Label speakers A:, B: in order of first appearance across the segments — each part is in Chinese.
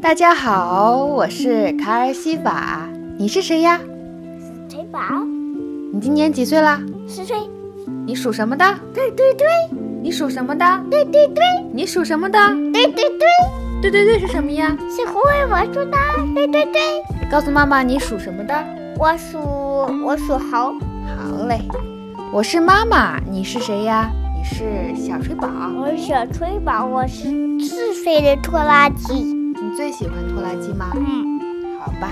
A: 大家好，我是卡尔西法，你是谁呀？
B: 锤宝，
A: 你今年几岁啦？
B: 是锤，
A: 你属什么的？
B: 对对对，
A: 你属什么的？
B: 对对对，
A: 你属什么的？
B: 对对对，
A: 对对对是什么呀？
B: 是胡会玩出的，对对对，
A: 告诉妈妈你属什么的。
B: 我属我属猴，
A: 好嘞，我是妈妈，你是谁呀？你是小水宝，
B: 我是小锤宝，我是四岁的拖拉机，
A: 你最喜欢拖拉机吗？
B: 嗯，
A: 好吧，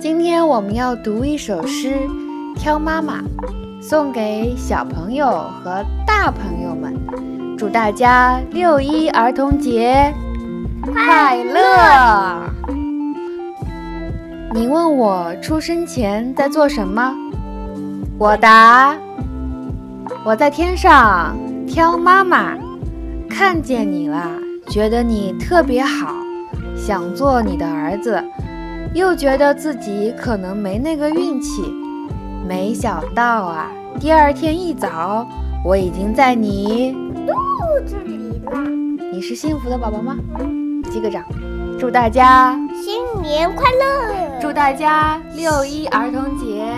A: 今天我们要读一首诗《挑妈妈》，送给小朋友和大朋友们。祝大家六一儿童节快乐！你问我出生前在做什么？我答：我在天上挑妈妈，看见你了，觉得你特别好，想做你的儿子。又觉得自己可能没那个运气。没想到啊，第二天一早，我已经在你，
B: 肚子里啦，
A: 你是幸福的宝宝吗？击个掌，祝大家，
B: 新年快乐，
A: 祝大家六一儿童节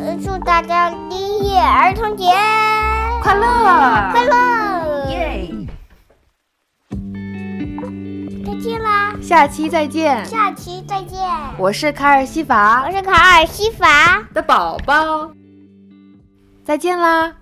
B: 呃祝大家第一儿童节
A: 快乐！
B: 快乐，
A: 耶！
B: 再见啦，
A: 下期再见，
B: 下期再见，
A: 我是卡尔西
B: 我
A: 法
B: 是卡尔西法。
A: 的宝宝，再见啦。